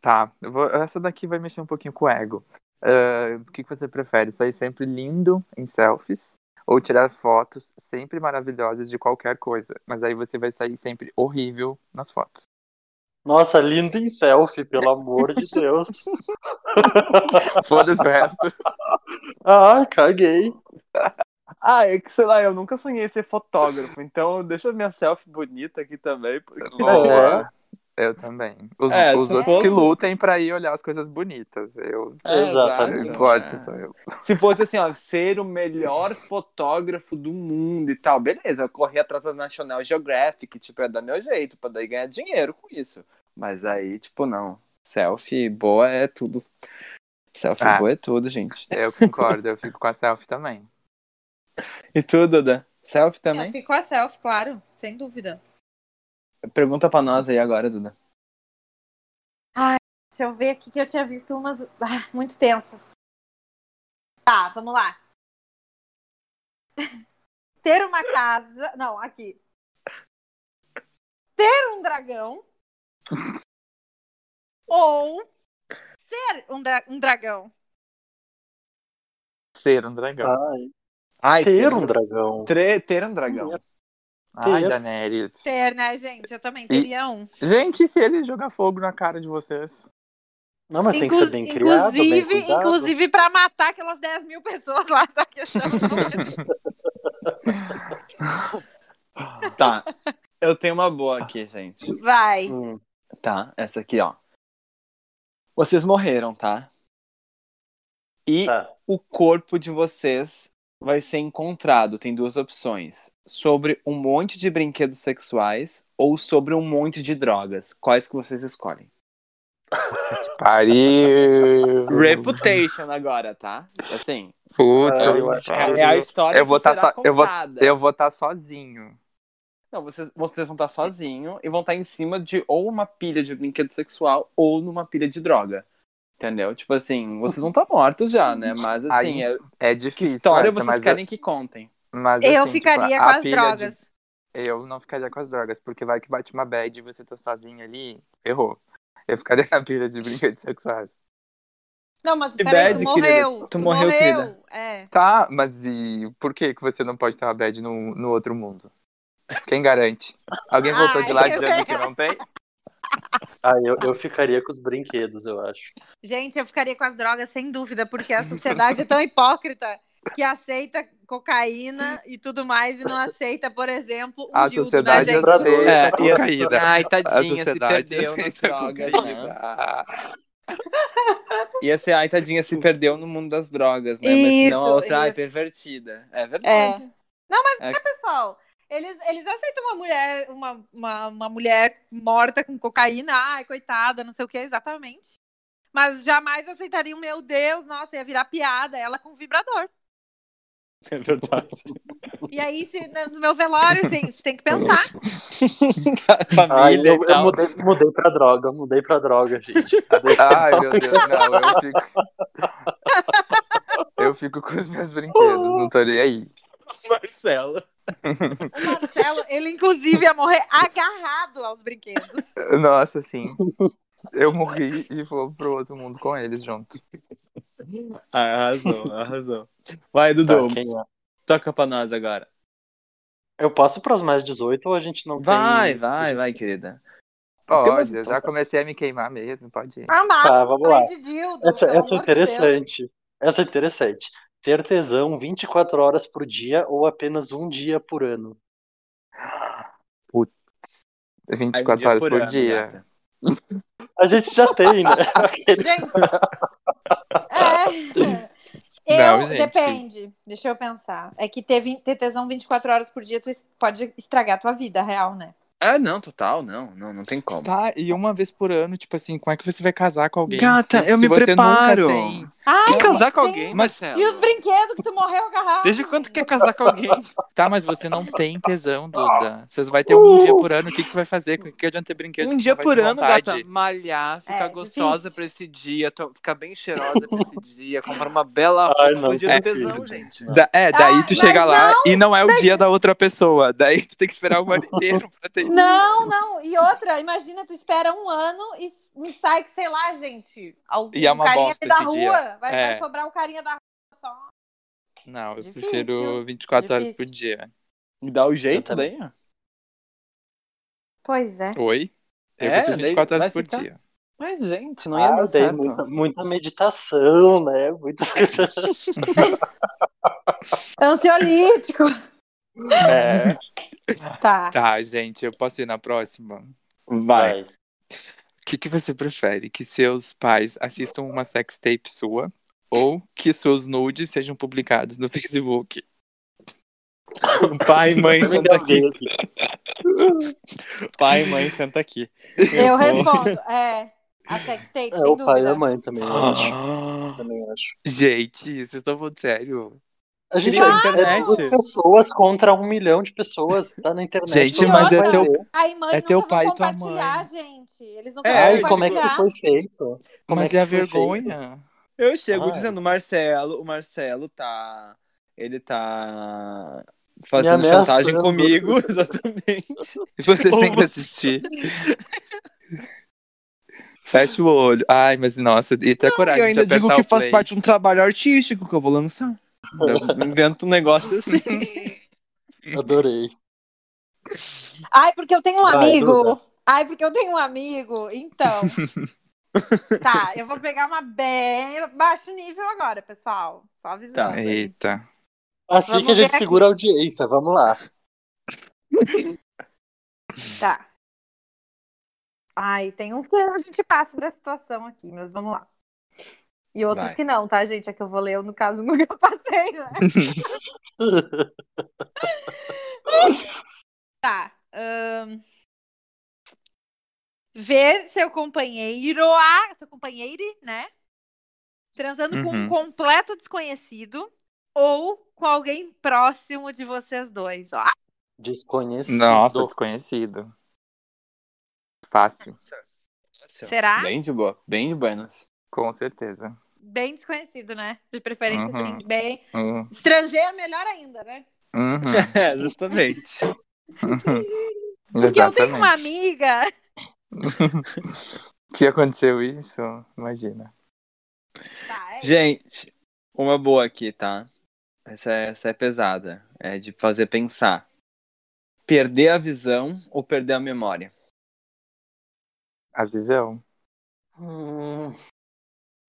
Speaker 2: tá. eu vou- essa daqui vai mexer um pouquinho com o ego. Ah, o que, que você prefere? Sair sempre lindo em selfies ou tirar fotos sempre maravilhosas de qualquer coisa? Mas aí você vai sair sempre horrível nas fotos.
Speaker 4: Nossa, lindo em selfie, pelo
Speaker 1: <laughs>
Speaker 4: amor de Deus.
Speaker 2: Foda-se o resto.
Speaker 4: Ah, caguei.
Speaker 1: Ah, é que sei lá, eu nunca sonhei ser fotógrafo, então deixa minha selfie bonita aqui também. Porque...
Speaker 2: Boa. Eu também. Os,
Speaker 1: É,
Speaker 2: os
Speaker 1: se
Speaker 2: outros que
Speaker 1: fosse-
Speaker 2: lutem pra ir olhar as coisas bonitas. Eu.
Speaker 1: É,
Speaker 4: Exato.
Speaker 2: Não
Speaker 1: exato.
Speaker 2: importa, sou eu.
Speaker 1: Se fosse assim, ó, ser o melhor fotógrafo do mundo e tal, beleza, eu corri atrás da National Geographic, tipo, é dar meu jeito, pra daí ganhar dinheiro com isso. Mas aí, tipo, não. Selfie boa é tudo. Selfie
Speaker 2: Ah.
Speaker 1: boa é tudo, gente.
Speaker 2: Eu concordo, eu fico com a selfie também.
Speaker 1: E tu, Duda? Selfie
Speaker 3: Eu
Speaker 1: também?
Speaker 3: fico a selfie, claro, sem dúvida.
Speaker 1: Pergunta pra nós aí agora, Duda.
Speaker 3: Deixa eu ver aqui que eu tinha visto umas <laughs> ah, muito tensas. Tá, vamos lá. <laughs> Ter uma casa. Não, aqui. Ter um
Speaker 4: <laughs>
Speaker 3: dragão. Ou ser um, dra- um dragão.
Speaker 2: Ser um dragão.
Speaker 4: Ai,
Speaker 1: Ai,
Speaker 4: ter um dragão.
Speaker 1: Tre- ter um dragão.
Speaker 2: Ai,
Speaker 4: ter.
Speaker 2: Daenerys.
Speaker 3: Ser, né, gente? Eu também teria um.
Speaker 2: Gente, e se ele jogar fogo na cara de vocês?
Speaker 4: Não, mas tem que ser
Speaker 3: Inclu-
Speaker 4: bem criado, bem
Speaker 3: inclusive,
Speaker 4: cuidado.
Speaker 3: inclusive para matar aquelas 10 mil pessoas lá da questão.
Speaker 4: <laughs>
Speaker 1: Tá. Eu tenho uma boa aqui, gente.
Speaker 3: Vai.
Speaker 4: Hum,
Speaker 1: Tá, essa aqui, ó. Vocês morreram, tá? E
Speaker 4: tá.
Speaker 1: o corpo de vocês vai ser encontrado, tem duas opções, sobre um monte de brinquedos sexuais ou sobre um monte de drogas. Quais que vocês escolhem? <laughs>
Speaker 2: Pariu!
Speaker 1: Reputation agora, tá? Assim,
Speaker 2: Puta,
Speaker 4: Ah, eu
Speaker 2: que
Speaker 4: acho que
Speaker 2: pariu.
Speaker 1: é a história
Speaker 2: Eu vou
Speaker 1: que
Speaker 2: tá
Speaker 1: será
Speaker 2: só- eu vou-
Speaker 1: contada.
Speaker 2: Eu vou estar sozinho.
Speaker 1: Não, vocês, vocês vão estar sozinhos e vão estar em cima de ou uma pilha de brinquedo sexual ou numa pilha de droga. Entendeu? Tipo assim, vocês vão estar mortos já, né? Mas assim, é-
Speaker 2: É
Speaker 1: que
Speaker 2: difícil.
Speaker 1: história
Speaker 2: essa,
Speaker 1: vocês
Speaker 2: mas
Speaker 1: querem que contem?
Speaker 2: Eu, mas,
Speaker 3: Eu
Speaker 2: assim, tipo,
Speaker 3: ficaria
Speaker 2: a
Speaker 3: com as
Speaker 2: pilha de-
Speaker 3: drogas.
Speaker 2: Eu não ficaria com as drogas, porque vai que bate uma bad e você tá sozinho ali, errou. Eu ficaria na pilha de brinquedos sexuais.
Speaker 3: Não, mas
Speaker 1: Que
Speaker 3: peraí,
Speaker 1: bad,
Speaker 3: tu morreu.
Speaker 1: querida. Tu morreu,
Speaker 3: É.
Speaker 2: Tá, mas e por que que você não pode ter uma bad no, no outro mundo? Quem garante? Alguém voltou de lá
Speaker 3: Ai, eu- Um
Speaker 2: dizendo que não
Speaker 3: <laughs>
Speaker 2: tem?
Speaker 4: Ah, eu, eu ficaria com os brinquedos, eu acho.
Speaker 3: Gente, eu ficaria com as drogas sem dúvida, porque a sociedade é tão hipócrita que aceita cocaína e tudo mais e não aceita, por exemplo, um
Speaker 2: A
Speaker 3: dildo
Speaker 2: sociedade
Speaker 3: na gente.
Speaker 4: aceita.
Speaker 2: aceita
Speaker 1: É, e a-
Speaker 2: cocaína.
Speaker 1: Ai,
Speaker 2: A
Speaker 1: tadinha, se
Speaker 2: sociedade
Speaker 4: <laughs>
Speaker 1: perdeu nas
Speaker 2: aceita
Speaker 1: drogas,
Speaker 2: cocaína.
Speaker 1: né? Ia ser, ai, tadinha, se perdeu no mundo das drogas, né? Mas não, a
Speaker 3: Isso,
Speaker 1: outra, ai,
Speaker 3: isso.
Speaker 1: pervertida. É
Speaker 3: É.
Speaker 1: verdade.
Speaker 4: <laughs>
Speaker 1: <laughs>
Speaker 3: Não, mas
Speaker 1: É.
Speaker 3: é, pessoal, eles, eles aceitam uma mulher, uma, uma, uma mulher morta com cocaína, ai, coitada, não sei o que, exatamente. Mas jamais aceitariam, meu Deus, nossa, ia virar piada, ela com vibrador.
Speaker 1: É, verdade.
Speaker 3: E aí, se, no meu velório, gente, tem que pensar.
Speaker 4: <laughs> Ah, eu,
Speaker 1: Família
Speaker 4: eu
Speaker 1: e é tal.
Speaker 4: mudei, mudei pra droga, mudei pra droga, <laughs> gente. Mudei pra
Speaker 2: Ai,
Speaker 4: droga.
Speaker 2: meu Deus, não,
Speaker 1: <laughs>
Speaker 2: eu fico. Eu fico com os meus brinquedos, não tô nem aí.
Speaker 1: Marcelo.
Speaker 3: O Marcelo, ele inclusive ia morrer agarrado aos brinquedos.
Speaker 2: Nossa, sim. Eu morri e vou pro outro mundo com eles junto.
Speaker 1: Ah, Arrasou, arrasou. Vai, Dudu,
Speaker 4: Tá, quem é?
Speaker 1: toca pra nós agora.
Speaker 4: Eu passo pras mais 18 ou a gente não
Speaker 1: Vai,
Speaker 4: tem.
Speaker 1: vai, vai, querida.
Speaker 2: Pode,
Speaker 1: Tem um umas-
Speaker 2: eu já comecei a me queimar mesmo, pode
Speaker 1: Ah,
Speaker 2: ir.
Speaker 3: Amado,
Speaker 4: Tá, vamos lá.
Speaker 3: Lady Dildo. pelo
Speaker 4: Essa, essa é
Speaker 3: amor de Deus.
Speaker 4: interessante. Essa é interessante. Ter tesão 24 horas por dia ou apenas um dia por ano.
Speaker 1: um
Speaker 2: 24 horas por
Speaker 1: gata.
Speaker 2: dia.
Speaker 4: A gente já
Speaker 3: <laughs>
Speaker 4: tem, né? Aqueles-
Speaker 3: Gente, é. Eu,
Speaker 2: Não, gente.
Speaker 3: depende, deixa eu pensar. É que ter, vin- ter tesão 24 horas por dia tu es- pode estragar tua vida real, né?
Speaker 1: Ah, não, total, não, não, não tem como.
Speaker 2: Tá, e uma vez por ano, tipo assim, como é que você vai casar com alguém?
Speaker 1: Gata, eu me
Speaker 2: você nunca
Speaker 1: preparo.
Speaker 2: tem-
Speaker 3: Ai,
Speaker 1: Quer casar
Speaker 3: gente,
Speaker 1: com
Speaker 3: tem-
Speaker 1: alguém, Marcelo?
Speaker 3: E os brinquedos que tu morreu agarrado?
Speaker 1: Desde quando
Speaker 3: gente?
Speaker 2: é?
Speaker 1: quer casar com alguém?
Speaker 2: Tá, mas você não tem tesão, Duda. Você vai ter um dia por ano, o que, que tu vai fazer? O que adianta ter brinquedo?
Speaker 1: Uh! Um
Speaker 2: se
Speaker 1: dia
Speaker 2: não vai
Speaker 1: por
Speaker 2: ter
Speaker 1: ano,
Speaker 2: vontade?
Speaker 1: gata, malhar, ficar
Speaker 3: É,
Speaker 1: gostosa
Speaker 3: difícil.
Speaker 1: pra esse dia, to- ficar bem cheirosa pra esse dia, comprar uma bela
Speaker 4: Ai,
Speaker 1: roupa
Speaker 4: não,
Speaker 1: pro dia do
Speaker 4: consigo.
Speaker 1: tesão, gente.
Speaker 2: Da- é, daí tu
Speaker 3: mas
Speaker 2: chega lá e não é o dia da outra pessoa. Daí tu tem que esperar o ano <laughs> inteiro pra ter
Speaker 3: Não, não. E outra, imagina, tu espera um ano e s- me sai, que, sei lá, gente. Algum
Speaker 2: E é uma
Speaker 3: carinha
Speaker 2: bosta
Speaker 3: da
Speaker 2: esse
Speaker 3: rua.
Speaker 2: dia.
Speaker 3: Vai,
Speaker 2: É.
Speaker 3: vai sobrar um carinha da rua só.
Speaker 2: Não, eu
Speaker 3: Difícil.
Speaker 2: prefiro 24 horas por
Speaker 3: Difícil.
Speaker 2: dia.
Speaker 1: Me dá o
Speaker 4: Eu
Speaker 1: jeito
Speaker 4: também.
Speaker 1: daí, ó.
Speaker 3: Pois é.
Speaker 2: Oi? Eu
Speaker 1: É, daí
Speaker 2: prefiro 24 horas
Speaker 1: vai
Speaker 2: por
Speaker 1: ficar-
Speaker 2: dia.
Speaker 1: Mas, gente, não ia
Speaker 4: Ah,
Speaker 1: dar
Speaker 4: tem
Speaker 1: certo.
Speaker 4: muita, muita meditação, né? Muita... <laughs>
Speaker 3: Ansiolítico.
Speaker 4: É,
Speaker 2: <laughs>
Speaker 3: Tá.
Speaker 2: Tá, gente, eu posso ir na próxima?
Speaker 1: Vai.
Speaker 4: vai.
Speaker 2: O que, que você prefere? Que seus pais assistam uma sextape sua ou que seus nudes sejam publicados no <laughs> Facebook?
Speaker 1: Pai, mãe,
Speaker 4: Eu me
Speaker 1: senta
Speaker 4: engasguei
Speaker 1: aqui.
Speaker 4: aqui.
Speaker 1: Pai, mãe, senta aqui. vou-
Speaker 3: Eu respondo. É. A sextape,
Speaker 4: É,
Speaker 3: sem
Speaker 4: o pai e
Speaker 3: dúvida.
Speaker 4: a mãe também, eu acho. Também acho.
Speaker 2: Gente, vocês estão falando sério?
Speaker 4: A gente
Speaker 1: Querida,
Speaker 4: é-
Speaker 1: internet.
Speaker 4: é duas pessoas contra um milhão de pessoas, tá na internet.
Speaker 2: Gente,
Speaker 4: todo
Speaker 3: mas
Speaker 4: mundo
Speaker 3: é
Speaker 4: vai
Speaker 3: teu-
Speaker 4: ver.
Speaker 3: Aí mãe
Speaker 2: É teu
Speaker 3: nunca
Speaker 2: pai e
Speaker 3: vão
Speaker 2: tua
Speaker 3: compartilhar,
Speaker 2: mãe.
Speaker 3: gente. Eles não
Speaker 1: É,
Speaker 3: vão
Speaker 4: Ai,
Speaker 1: pode
Speaker 4: como é que
Speaker 3: compartilhar.
Speaker 4: foi feito? Como
Speaker 2: Mas
Speaker 4: é
Speaker 2: é a
Speaker 4: que foi feito?
Speaker 2: vergonha.
Speaker 1: Eu chego
Speaker 4: Ai.
Speaker 1: dizendo, Marcelo, o Marcelo tá. Ele tá
Speaker 4: Me
Speaker 1: fazendo
Speaker 4: ameaçando.
Speaker 1: chantagem comigo, <laughs> exatamente.
Speaker 2: E vocês
Speaker 1: Ou
Speaker 2: têm que assistir. Fecha o olho. Ai, mas nossa, e até coragem
Speaker 1: E eu ainda
Speaker 2: de
Speaker 1: digo
Speaker 2: apertar
Speaker 1: que
Speaker 2: o
Speaker 1: faz
Speaker 2: play.
Speaker 1: parte de um trabalho artístico que eu vou lançar. Eu invento um negócio assim. <laughs>
Speaker 4: Adorei.
Speaker 3: Ai, porque eu tenho um
Speaker 4: Vai,
Speaker 3: amigo.
Speaker 4: Duda.
Speaker 3: Ai, porque eu tenho um amigo.
Speaker 4: <laughs>
Speaker 3: Então. tá, eu vou pegar uma bem baixo nível agora, pessoal. Só avisando.
Speaker 1: Tá.
Speaker 2: Eita.
Speaker 4: Assim
Speaker 3: Vamos
Speaker 4: que a
Speaker 3: ver
Speaker 4: gente
Speaker 3: aqui.
Speaker 4: segura a audiência, vamos lá.
Speaker 3: Tá. Ai, tem uns que a gente passa da situação aqui, mas vamos lá. E outros
Speaker 1: Vai.
Speaker 3: que não, tá, gente? É que eu vou ler, eu, no caso, <laughs> nunca passei, né? Tá. ahn. Ver seu companheiro, a- seu companheiro, né? Transando com um
Speaker 2: Uhum.
Speaker 3: completo desconhecido ou com alguém próximo de vocês dois. Ó,
Speaker 4: Desconhecido.
Speaker 2: Nossa, desconhecido. Fácil,
Speaker 1: Então,
Speaker 3: será?
Speaker 1: Bem de boa, bem de buenas.
Speaker 2: com certeza.
Speaker 3: Bem desconhecido, né? De preferência,
Speaker 2: Uhum.
Speaker 3: assim, bem.
Speaker 2: Hum,
Speaker 3: Estrangeiro, melhor ainda, né?
Speaker 2: uhum,
Speaker 1: <laughs> É, exatamente.
Speaker 2: uhum.
Speaker 3: Porque eu tenho um uma
Speaker 2: Exatamente.
Speaker 3: amiga
Speaker 2: que aconteceu isso? Imagina.
Speaker 3: Tá, é.
Speaker 1: Gente, uma boa aqui, tá? Essa é, essa é pesada. É de fazer pensar. Perder a visão ou perder a memória?
Speaker 2: A visão?
Speaker 4: Hum,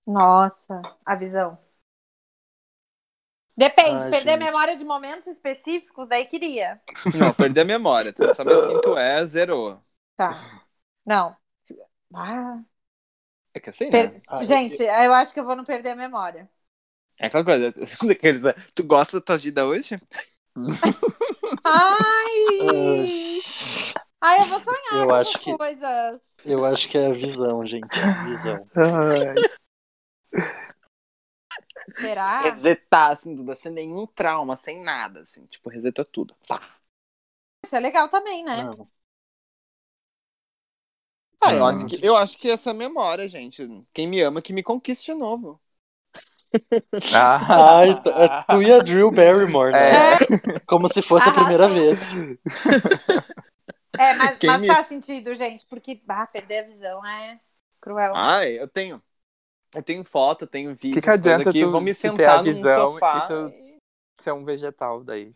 Speaker 3: Nossa, a visão. Depende,
Speaker 4: Ai,
Speaker 3: perder a
Speaker 4: gente.
Speaker 3: memória de momentos específicos, daí queria.
Speaker 1: Não, perder a memória. Tu não sabe mais quem tu é, zerou.
Speaker 3: Tá. Não. Ah,
Speaker 1: É que assim,
Speaker 3: per-
Speaker 1: né?
Speaker 4: Ah, eu-
Speaker 3: Gente, eu acho que eu vou não perder a memória.
Speaker 1: É aquela coisa. <laughs> daqueles, né? tu gosta da tua vida hoje?
Speaker 4: <laughs>
Speaker 3: Ai! Ai, eu vou sonhar
Speaker 4: Eu
Speaker 3: com
Speaker 4: acho
Speaker 3: essas
Speaker 4: que-
Speaker 3: coisas.
Speaker 4: eu acho que é a visão, gente. É a visão.
Speaker 3: Será?
Speaker 1: Resetar, assim, Duda, sem nenhum trauma, sem nada, assim. Tipo, resetou tudo. Pá.
Speaker 3: Isso é legal também, né?
Speaker 4: Não.
Speaker 1: Ah, eu,
Speaker 2: Hum.
Speaker 1: acho que, eu acho que essa é a memória, gente. Quem me ama, que me conquiste de novo.
Speaker 4: <laughs>
Speaker 2: Ah,
Speaker 4: <laughs> Ai, t- é tu e a Drew Barrymore, né? Como se
Speaker 3: Ah.
Speaker 4: fosse a primeira vez.
Speaker 3: É, mas,
Speaker 1: Quem
Speaker 3: mas
Speaker 1: me-
Speaker 3: faz sentido, gente, porque ah, perder a visão é cruel.
Speaker 2: Ah,
Speaker 1: Ai, eu tenho. Eu tenho foto, eu tenho vídeo.
Speaker 2: Que que adianta
Speaker 1: aqui.
Speaker 2: tu
Speaker 1: Vou me
Speaker 2: se ter a
Speaker 1: sentar num
Speaker 2: visão
Speaker 1: sofá.
Speaker 2: e tu- Você é um vegetal daí.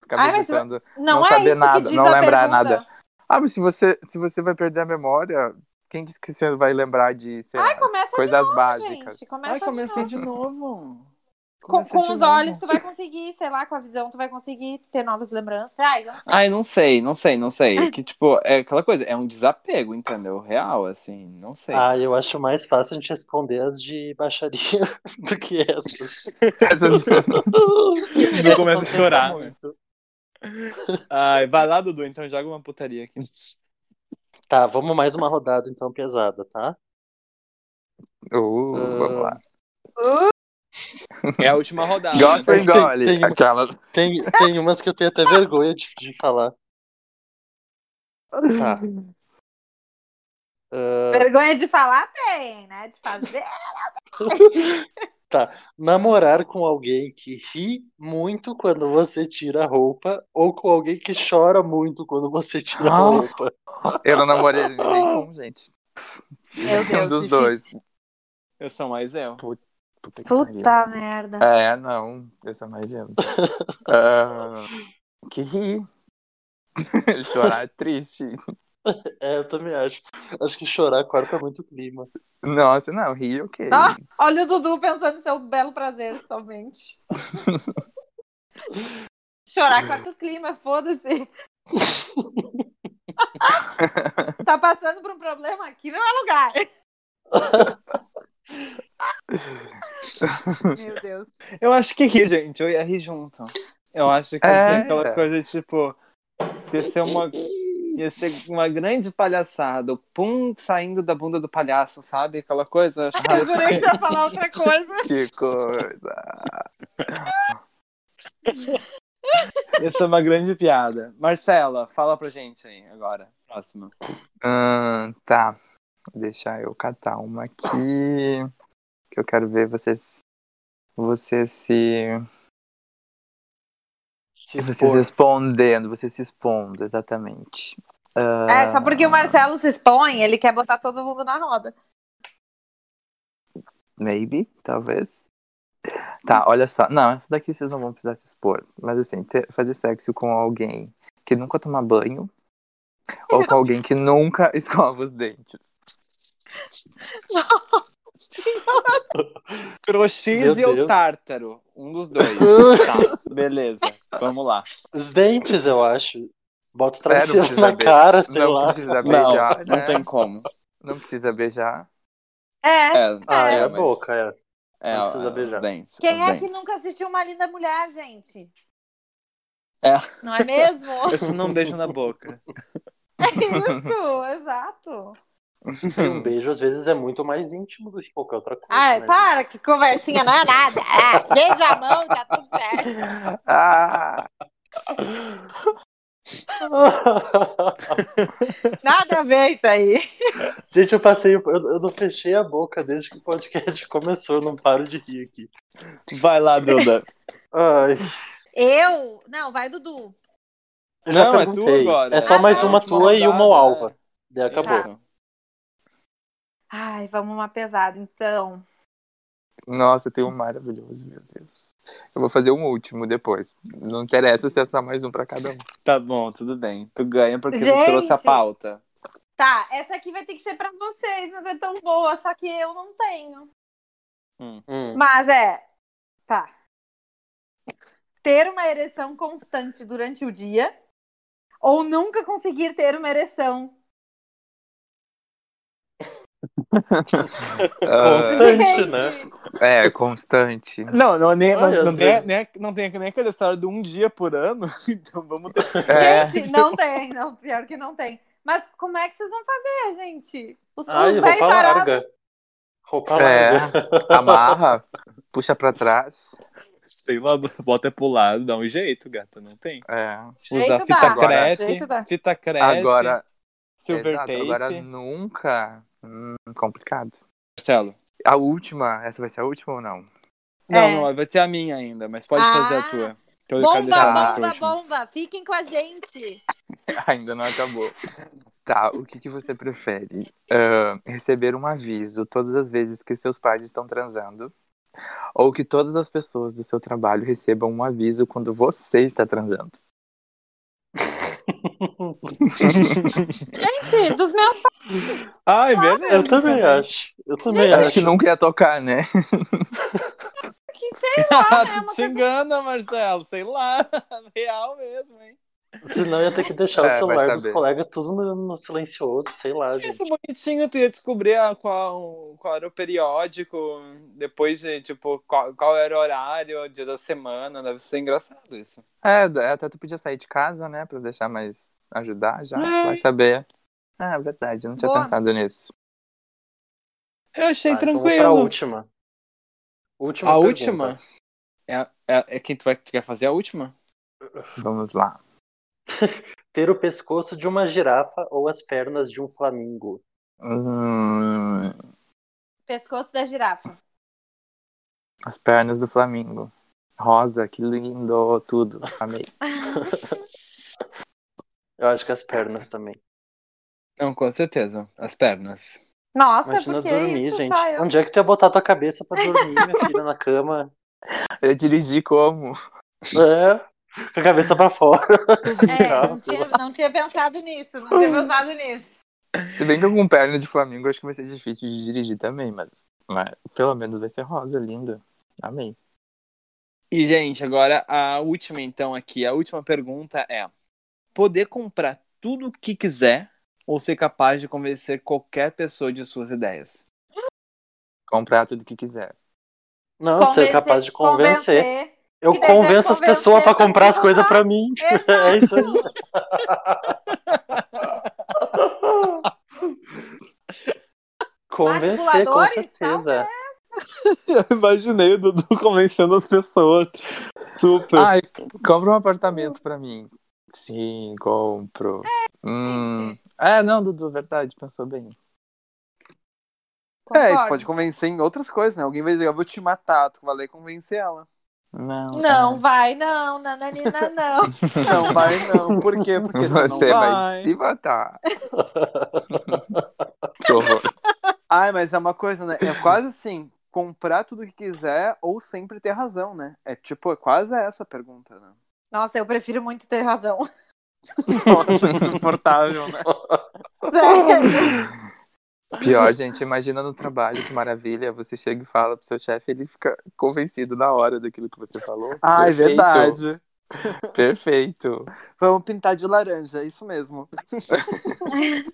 Speaker 2: Ficar
Speaker 3: Ai, mas
Speaker 2: vegetando.
Speaker 3: não,
Speaker 2: não
Speaker 3: é
Speaker 2: saber
Speaker 3: isso
Speaker 2: nada,
Speaker 3: que diz
Speaker 2: não
Speaker 3: a
Speaker 2: lembrar
Speaker 3: pergunta.
Speaker 2: nada. Ah, mas se você, se você vai perder a memória, quem disse que você vai lembrar de sei
Speaker 3: Ai,
Speaker 2: lá,
Speaker 3: começa de
Speaker 2: coisas
Speaker 3: novo,
Speaker 2: básicas?
Speaker 3: gente. Começa
Speaker 1: Ai,
Speaker 3: de
Speaker 1: comecei
Speaker 3: novo.
Speaker 1: de novo.
Speaker 3: Com,
Speaker 1: Comecei
Speaker 3: com
Speaker 1: de
Speaker 3: os
Speaker 1: novo.
Speaker 3: olhos tu vai conseguir, sei lá, com a visão tu vai conseguir ter novas lembranças. Ai,
Speaker 2: Ah.
Speaker 3: não-
Speaker 1: Ai, não sei, não sei, não sei. É que, tipo, é aquela coisa, é um desapego, entendeu? Real, assim, não sei.
Speaker 4: Ah, eu acho mais fácil a gente responder as de baixaria <laughs> do que essas. <laughs>
Speaker 2: Essas- <laughs>
Speaker 1: Eu começo a
Speaker 4: Essas
Speaker 1: chorar,
Speaker 4: pensam
Speaker 1: né?
Speaker 4: muito.
Speaker 1: Ai, vai lá, Dudu, então joga uma putaria aqui.
Speaker 4: Tá, vamos mais uma rodada então pesada, tá?
Speaker 2: Uh, vamos lá.
Speaker 1: É a última rodada.
Speaker 2: Gosto ou
Speaker 4: Ah, tem-
Speaker 2: engole?
Speaker 4: tem uma-
Speaker 2: Aquela.
Speaker 4: Tem, tem umas que eu tenho até vergonha de, de falar. Tá. Ah,
Speaker 3: Vergonha de falar tem, né? De
Speaker 2: <laughs>
Speaker 3: fazer.
Speaker 4: namorar com alguém que ri muito quando você tira a roupa ou com alguém que chora muito quando você tira a
Speaker 2: Ah.
Speaker 4: roupa.
Speaker 2: Eu não
Speaker 4: <laughs>
Speaker 2: namorei nenhum, gente.
Speaker 3: Meu Deus,
Speaker 2: um dos
Speaker 3: difícil.
Speaker 2: dois.
Speaker 1: Eu sou mais eu.
Speaker 2: Puta que pariu.
Speaker 3: Puta merda.
Speaker 2: É, não. Eu sou mais
Speaker 4: <laughs>
Speaker 2: eu. Ah, que ri. <laughs> Chorar é triste.
Speaker 4: É, eu também acho. Acho que chorar corta muito o clima.
Speaker 2: Nossa, não, ri é ok.
Speaker 3: Ah, olha o Dudu pensando no seu belo prazer somente. <laughs> Chorar quarto o clima, <laughs> foda-se. tá passando por um problema aqui, não é lugar. Meu Deus.
Speaker 1: Eu acho que ri, gente. Eu ia rir junto. Eu acho que ia
Speaker 2: É.
Speaker 1: ser aquela coisa, tipo, ia ser uma. Ia ser uma grande palhaçada. O pum saindo da bunda do palhaço, sabe? Aquela coisa. eu Acho que
Speaker 3: Eu
Speaker 1: ia
Speaker 3: jurei
Speaker 1: ser-
Speaker 3: que ia falar outra coisa.
Speaker 2: Que coisa.
Speaker 1: ia ser uma grande piada. Marcela, fala pra gente aí agora. Próxima.
Speaker 2: Ahn, tá. Deixa eu catar uma aqui. Que eu quero ver vocês. Você se.
Speaker 4: Se
Speaker 2: Vocês
Speaker 4: expor.
Speaker 2: respondendo, você se expondo, exatamente. Ah,
Speaker 3: É, só porque o Marcelo se expõe, ele quer botar todo mundo na roda.
Speaker 2: Maybe, talvez. Tá, olha só. Não, essa daqui vocês não vão precisar se expor. Mas assim, ter- fazer sexo com alguém que nunca toma banho. Ou com alguém que nunca <laughs> escova os dentes.
Speaker 1: Crochês
Speaker 4: Meu
Speaker 1: ou
Speaker 4: Deus.
Speaker 1: tártaro? Um dos
Speaker 4: <laughs>
Speaker 1: dois. tá, beleza. Vamos lá.
Speaker 4: Os dentes, eu acho. Bota o
Speaker 2: É, não
Speaker 4: travesseiro
Speaker 2: precisa
Speaker 4: na
Speaker 2: beijar.
Speaker 4: cara, sei
Speaker 2: não
Speaker 4: lá.
Speaker 2: precisa
Speaker 1: Não,
Speaker 2: beijar,
Speaker 1: não
Speaker 2: né?
Speaker 1: tem como.
Speaker 2: Não precisa beijar.
Speaker 3: É.
Speaker 1: É,
Speaker 4: Ah, é, a
Speaker 1: mas-
Speaker 4: boca, é.
Speaker 1: é,
Speaker 4: não precisa
Speaker 1: é, os
Speaker 4: beijar.
Speaker 1: dentes, os
Speaker 3: Quem é que
Speaker 1: dentes.
Speaker 3: nunca assistiu Uma Linda Mulher, gente?
Speaker 1: É.
Speaker 3: Não é mesmo?
Speaker 1: Eu só não beijo na boca.
Speaker 3: É <laughs> isso, exato.
Speaker 4: E <laughs> um beijo, às vezes, é muito mais íntimo do que qualquer outra coisa.
Speaker 3: Ai,
Speaker 4: né,
Speaker 3: Ah, para, que conversinha não é nada. Ah, beija a mão, tá tudo certo.
Speaker 2: Ah,
Speaker 4: gente?
Speaker 3: Nada a ver isso aí.
Speaker 4: <laughs> Gente, eu passei. Eu, eu não fechei a boca desde que o podcast <laughs> começou, eu não paro de rir aqui.
Speaker 1: Vai lá,
Speaker 2: <laughs>
Speaker 1: Duda.
Speaker 4: Ai,
Speaker 3: Eu? Não, vai, Dudu.
Speaker 4: eu já
Speaker 1: Não, é
Speaker 4: perguntei.
Speaker 1: tua agora.
Speaker 4: É só
Speaker 3: Ah,
Speaker 4: mais
Speaker 3: não,
Speaker 4: uma
Speaker 1: que
Speaker 4: tua e uma
Speaker 1: maldade,
Speaker 4: alva. Daí acabou.
Speaker 3: Tá. Ai, vamos uma pesada, então.
Speaker 2: nossa, tem um maravilhoso, meu Deus. Eu vou fazer um último depois. Não interessa se é só mais um pra cada <laughs> um.
Speaker 1: Tá bom, tudo bem. Tu ganha porque
Speaker 3: Gente!
Speaker 1: tu trouxe a pauta.
Speaker 3: Tá, essa aqui vai ter que ser pra vocês, mas é tão boa, só que eu não tenho.
Speaker 4: Hum.
Speaker 3: Mas é. Tá. Ter uma ereção constante durante o dia ou nunca conseguir ter uma ereção.
Speaker 2: Ah,
Speaker 4: Constante, né?
Speaker 2: é, <laughs> constante.
Speaker 1: Não, não, nem,
Speaker 4: Olha,
Speaker 1: não, não,
Speaker 4: às
Speaker 1: tem,
Speaker 4: vezes-
Speaker 1: nem, não tem nem aquela história de um dia por ano. <laughs> Então vamos ter.
Speaker 2: É.
Speaker 3: Gente, não tem, não, pior que não tem. Mas como é que vocês vão fazer, gente? Os,
Speaker 4: Ai,
Speaker 3: os
Speaker 4: roupa
Speaker 3: velhos varados.
Speaker 4: larga. Roupa
Speaker 2: É.
Speaker 4: larga.
Speaker 2: Amarra, puxa pra trás.
Speaker 1: Sei lá, bota pro lado, dá um jeito, gata. Não tem.
Speaker 2: É.
Speaker 1: Usar
Speaker 3: Jeito
Speaker 1: fita
Speaker 3: dá, jeito
Speaker 1: crepe,
Speaker 3: dá.
Speaker 1: fita crepe,
Speaker 2: Agora,
Speaker 1: silver
Speaker 2: exato,
Speaker 1: tape.
Speaker 2: agora nunca. Hum, complicado.
Speaker 1: Marcelo.
Speaker 2: A última, essa vai ser a última ou não? <laughs>
Speaker 1: Não,
Speaker 3: É.
Speaker 1: não, vai ter a minha ainda, mas pode
Speaker 3: Ah.
Speaker 1: fazer a tua. que eu quero deixar ela
Speaker 3: Bomba,
Speaker 1: por
Speaker 3: bomba,
Speaker 1: último.
Speaker 3: bomba. Fiquem com a gente.
Speaker 2: Ainda não acabou. Tá, o que, que você prefere? Ah, receber um aviso todas as vezes que seus pais estão transando? Ou que todas as pessoas do seu trabalho recebam um aviso quando você está transando?
Speaker 3: Gente, dos meus
Speaker 1: Ai, beleza.
Speaker 4: Eu também acho. Eu também
Speaker 2: Acho,
Speaker 4: acho.
Speaker 2: que nunca ia tocar, né?
Speaker 3: que sei lá, né?
Speaker 1: Ah, <laughs> tu
Speaker 3: Uma
Speaker 1: te
Speaker 3: coisa...
Speaker 1: engana, Marcelo. Sei lá. <laughs> Real mesmo, hein?
Speaker 4: Senão eu ia ter que deixar
Speaker 2: É,
Speaker 4: o
Speaker 2: vai
Speaker 4: celular dos
Speaker 2: saber.
Speaker 4: colegas tudo no, no silencioso, sei lá, gente.
Speaker 1: Isso bonitinho, tu ia descobrir a- qual, qual era o periódico, depois de, tipo, qual, qual era o horário, o dia da semana. Deve ser engraçado isso.
Speaker 2: É, da- até tu podia sair de casa, né? Pra deixar mais. ajudar já.
Speaker 1: É.
Speaker 2: Vai saber. Ah, é verdade, eu não tinha
Speaker 3: Boa.
Speaker 2: pensado nisso.
Speaker 1: Eu achei
Speaker 4: Tá, então vou pra
Speaker 1: tranquilo.
Speaker 4: última. Última
Speaker 1: a
Speaker 4: pergunta.
Speaker 1: última? É, é, é quem tu, vai, tu quer fazer a última?
Speaker 2: Vamos lá.
Speaker 4: Ter o pescoço de uma girafa ou as pernas de um flamingo.
Speaker 2: Hum,
Speaker 3: Pescoço da girafa.
Speaker 2: As pernas do Flamengo. Rosa, que lindo, tudo. Amei. <laughs>
Speaker 4: Eu acho que as pernas também.
Speaker 1: Não, com certeza. As pernas.
Speaker 3: Nossa,
Speaker 4: Imagina
Speaker 3: porque
Speaker 4: dormir,
Speaker 3: isso
Speaker 4: gente.
Speaker 3: só eu.
Speaker 4: Onde é que tu ia botar tua cabeça pra dormir,
Speaker 3: <laughs>
Speaker 4: minha filha, na cama?
Speaker 2: Eu dirigi como?
Speaker 4: É, com a cabeça pra fora.
Speaker 3: É, não tinha, não tinha pensado nisso, não tinha pensado nisso.
Speaker 2: Se bem que eu com perna de Flamengo, acho que vai ser difícil de dirigir também, mas, mas pelo menos vai ser rosa, linda. Amei.
Speaker 1: E, gente, agora a última, então, aqui. A última pergunta é: poder comprar tudo o que quiser ou ser capaz de convencer qualquer pessoa de suas ideias?
Speaker 2: Comprar tudo que quiser.
Speaker 4: Não, ser capaz de convencer.
Speaker 3: <laughs>
Speaker 4: Eu
Speaker 3: que daí deve
Speaker 4: convenço as
Speaker 3: convencer
Speaker 4: pessoas pra
Speaker 3: pra
Speaker 4: comprar as
Speaker 3: não
Speaker 4: coisas
Speaker 3: comprar.
Speaker 4: pra mim. É
Speaker 3: Exato.
Speaker 4: isso aí. <laughs> Convencer, com
Speaker 3: Manipuladores,
Speaker 4: certeza.
Speaker 1: Eu <laughs> imaginei o Dudu convencendo as pessoas. Super.
Speaker 2: Ai, compra um apartamento pra mim. Sim, compro. Hum. É, não, Dudu, verdade, pensou bem.
Speaker 1: É,
Speaker 3: Concordo.
Speaker 1: tu pode convencer em outras coisas, né? Alguém vai dizer, eu vou te matar, tu vai lá e convencer ela.
Speaker 2: Não.
Speaker 3: Não, vai, não, nananina, não. <laughs>
Speaker 1: Não vai não. Por quê? Porque você, não
Speaker 2: <laughs> Você vai
Speaker 1: vai.
Speaker 2: se <laughs> matar. Que horror.
Speaker 1: Ai, mas é uma coisa, né? É quase assim, comprar tudo que quiser ou sempre ter razão, né? É tipo, é quase essa a pergunta, <laughs> né?
Speaker 3: Nossa, eu prefiro muito ter <laughs> razão.
Speaker 1: Nossa, insuportável, <laughs> né?
Speaker 3: Sério.
Speaker 2: Pior, gente, imagina no trabalho, que maravilha. Você chega e fala pro seu chefe, ele fica convencido na hora daquilo que você falou.
Speaker 1: Ah, é
Speaker 2: Perfeito,
Speaker 1: verdade.
Speaker 2: Perfeito.
Speaker 1: Vamos pintar de laranja, é isso mesmo.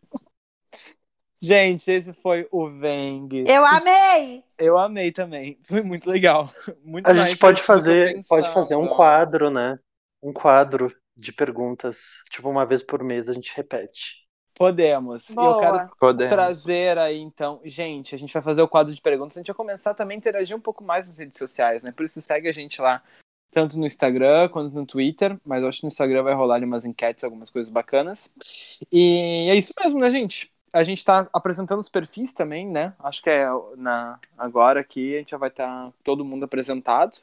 Speaker 1: <laughs> Gente, esse foi o Veng.
Speaker 3: Eu amei!
Speaker 1: Eu amei também. <laughs> Foi muito legal. Muito
Speaker 4: A
Speaker 1: mais
Speaker 4: gente pode
Speaker 1: do que eu
Speaker 4: fazer,
Speaker 1: pensava.
Speaker 4: pode fazer um quadro, né? Um quadro de perguntas. Tipo, uma vez por mês a gente repete.
Speaker 1: Podemos. E Eu
Speaker 3: Boa.
Speaker 1: quero
Speaker 2: Podemos.
Speaker 1: trazer aí, então. Gente, a gente vai fazer o quadro de perguntas. A gente vai começar também a interagir um pouco mais nas redes sociais, né? Por isso segue a gente lá, tanto no Instagram quanto no Twitter. Mas eu acho que no Instagram vai rolar ali umas enquetes, algumas coisas bacanas. E é isso mesmo, né, gente? A gente tá apresentando os perfis também, né? Acho que é na, agora aqui a gente já vai estar todo mundo apresentado.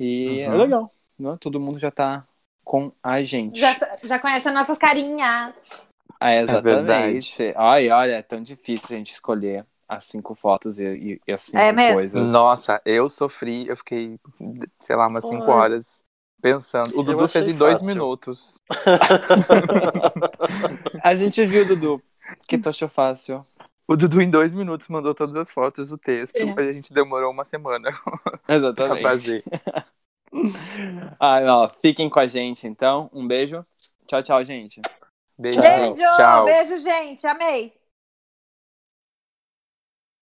Speaker 1: E é
Speaker 2: Uhum.
Speaker 1: legal, né? Todo mundo já tá com a gente.
Speaker 3: Já, tá já conhece as nossas carinhas.
Speaker 1: Ah,
Speaker 2: É verdade.
Speaker 1: exatamente. Ai, olha, é tão difícil a gente escolher as cinco fotos e, e- e as cinco
Speaker 3: É mesmo?
Speaker 1: coisas.
Speaker 2: Nossa, eu sofri, eu fiquei, sei lá, umas 5
Speaker 4: Ai.
Speaker 2: horas pensando. O Dudu
Speaker 4: achei
Speaker 2: fez em dois
Speaker 4: fácil.
Speaker 2: minutos.
Speaker 1: A gente viu, Dudu. Que tu achou
Speaker 2: <laughs>
Speaker 1: fácil?
Speaker 2: O Dudu em dois minutos mandou todas as fotos, o texto,
Speaker 3: É.
Speaker 2: a gente demorou uma semana <laughs> pra
Speaker 1: Exatamente.
Speaker 2: fazer.
Speaker 1: Ai, ó, fiquem com a gente, então. Um beijo. Tchau, tchau, gente.
Speaker 2: Beijo.
Speaker 3: Beijo!
Speaker 2: Tchau.
Speaker 3: Beijo, gente. Amei.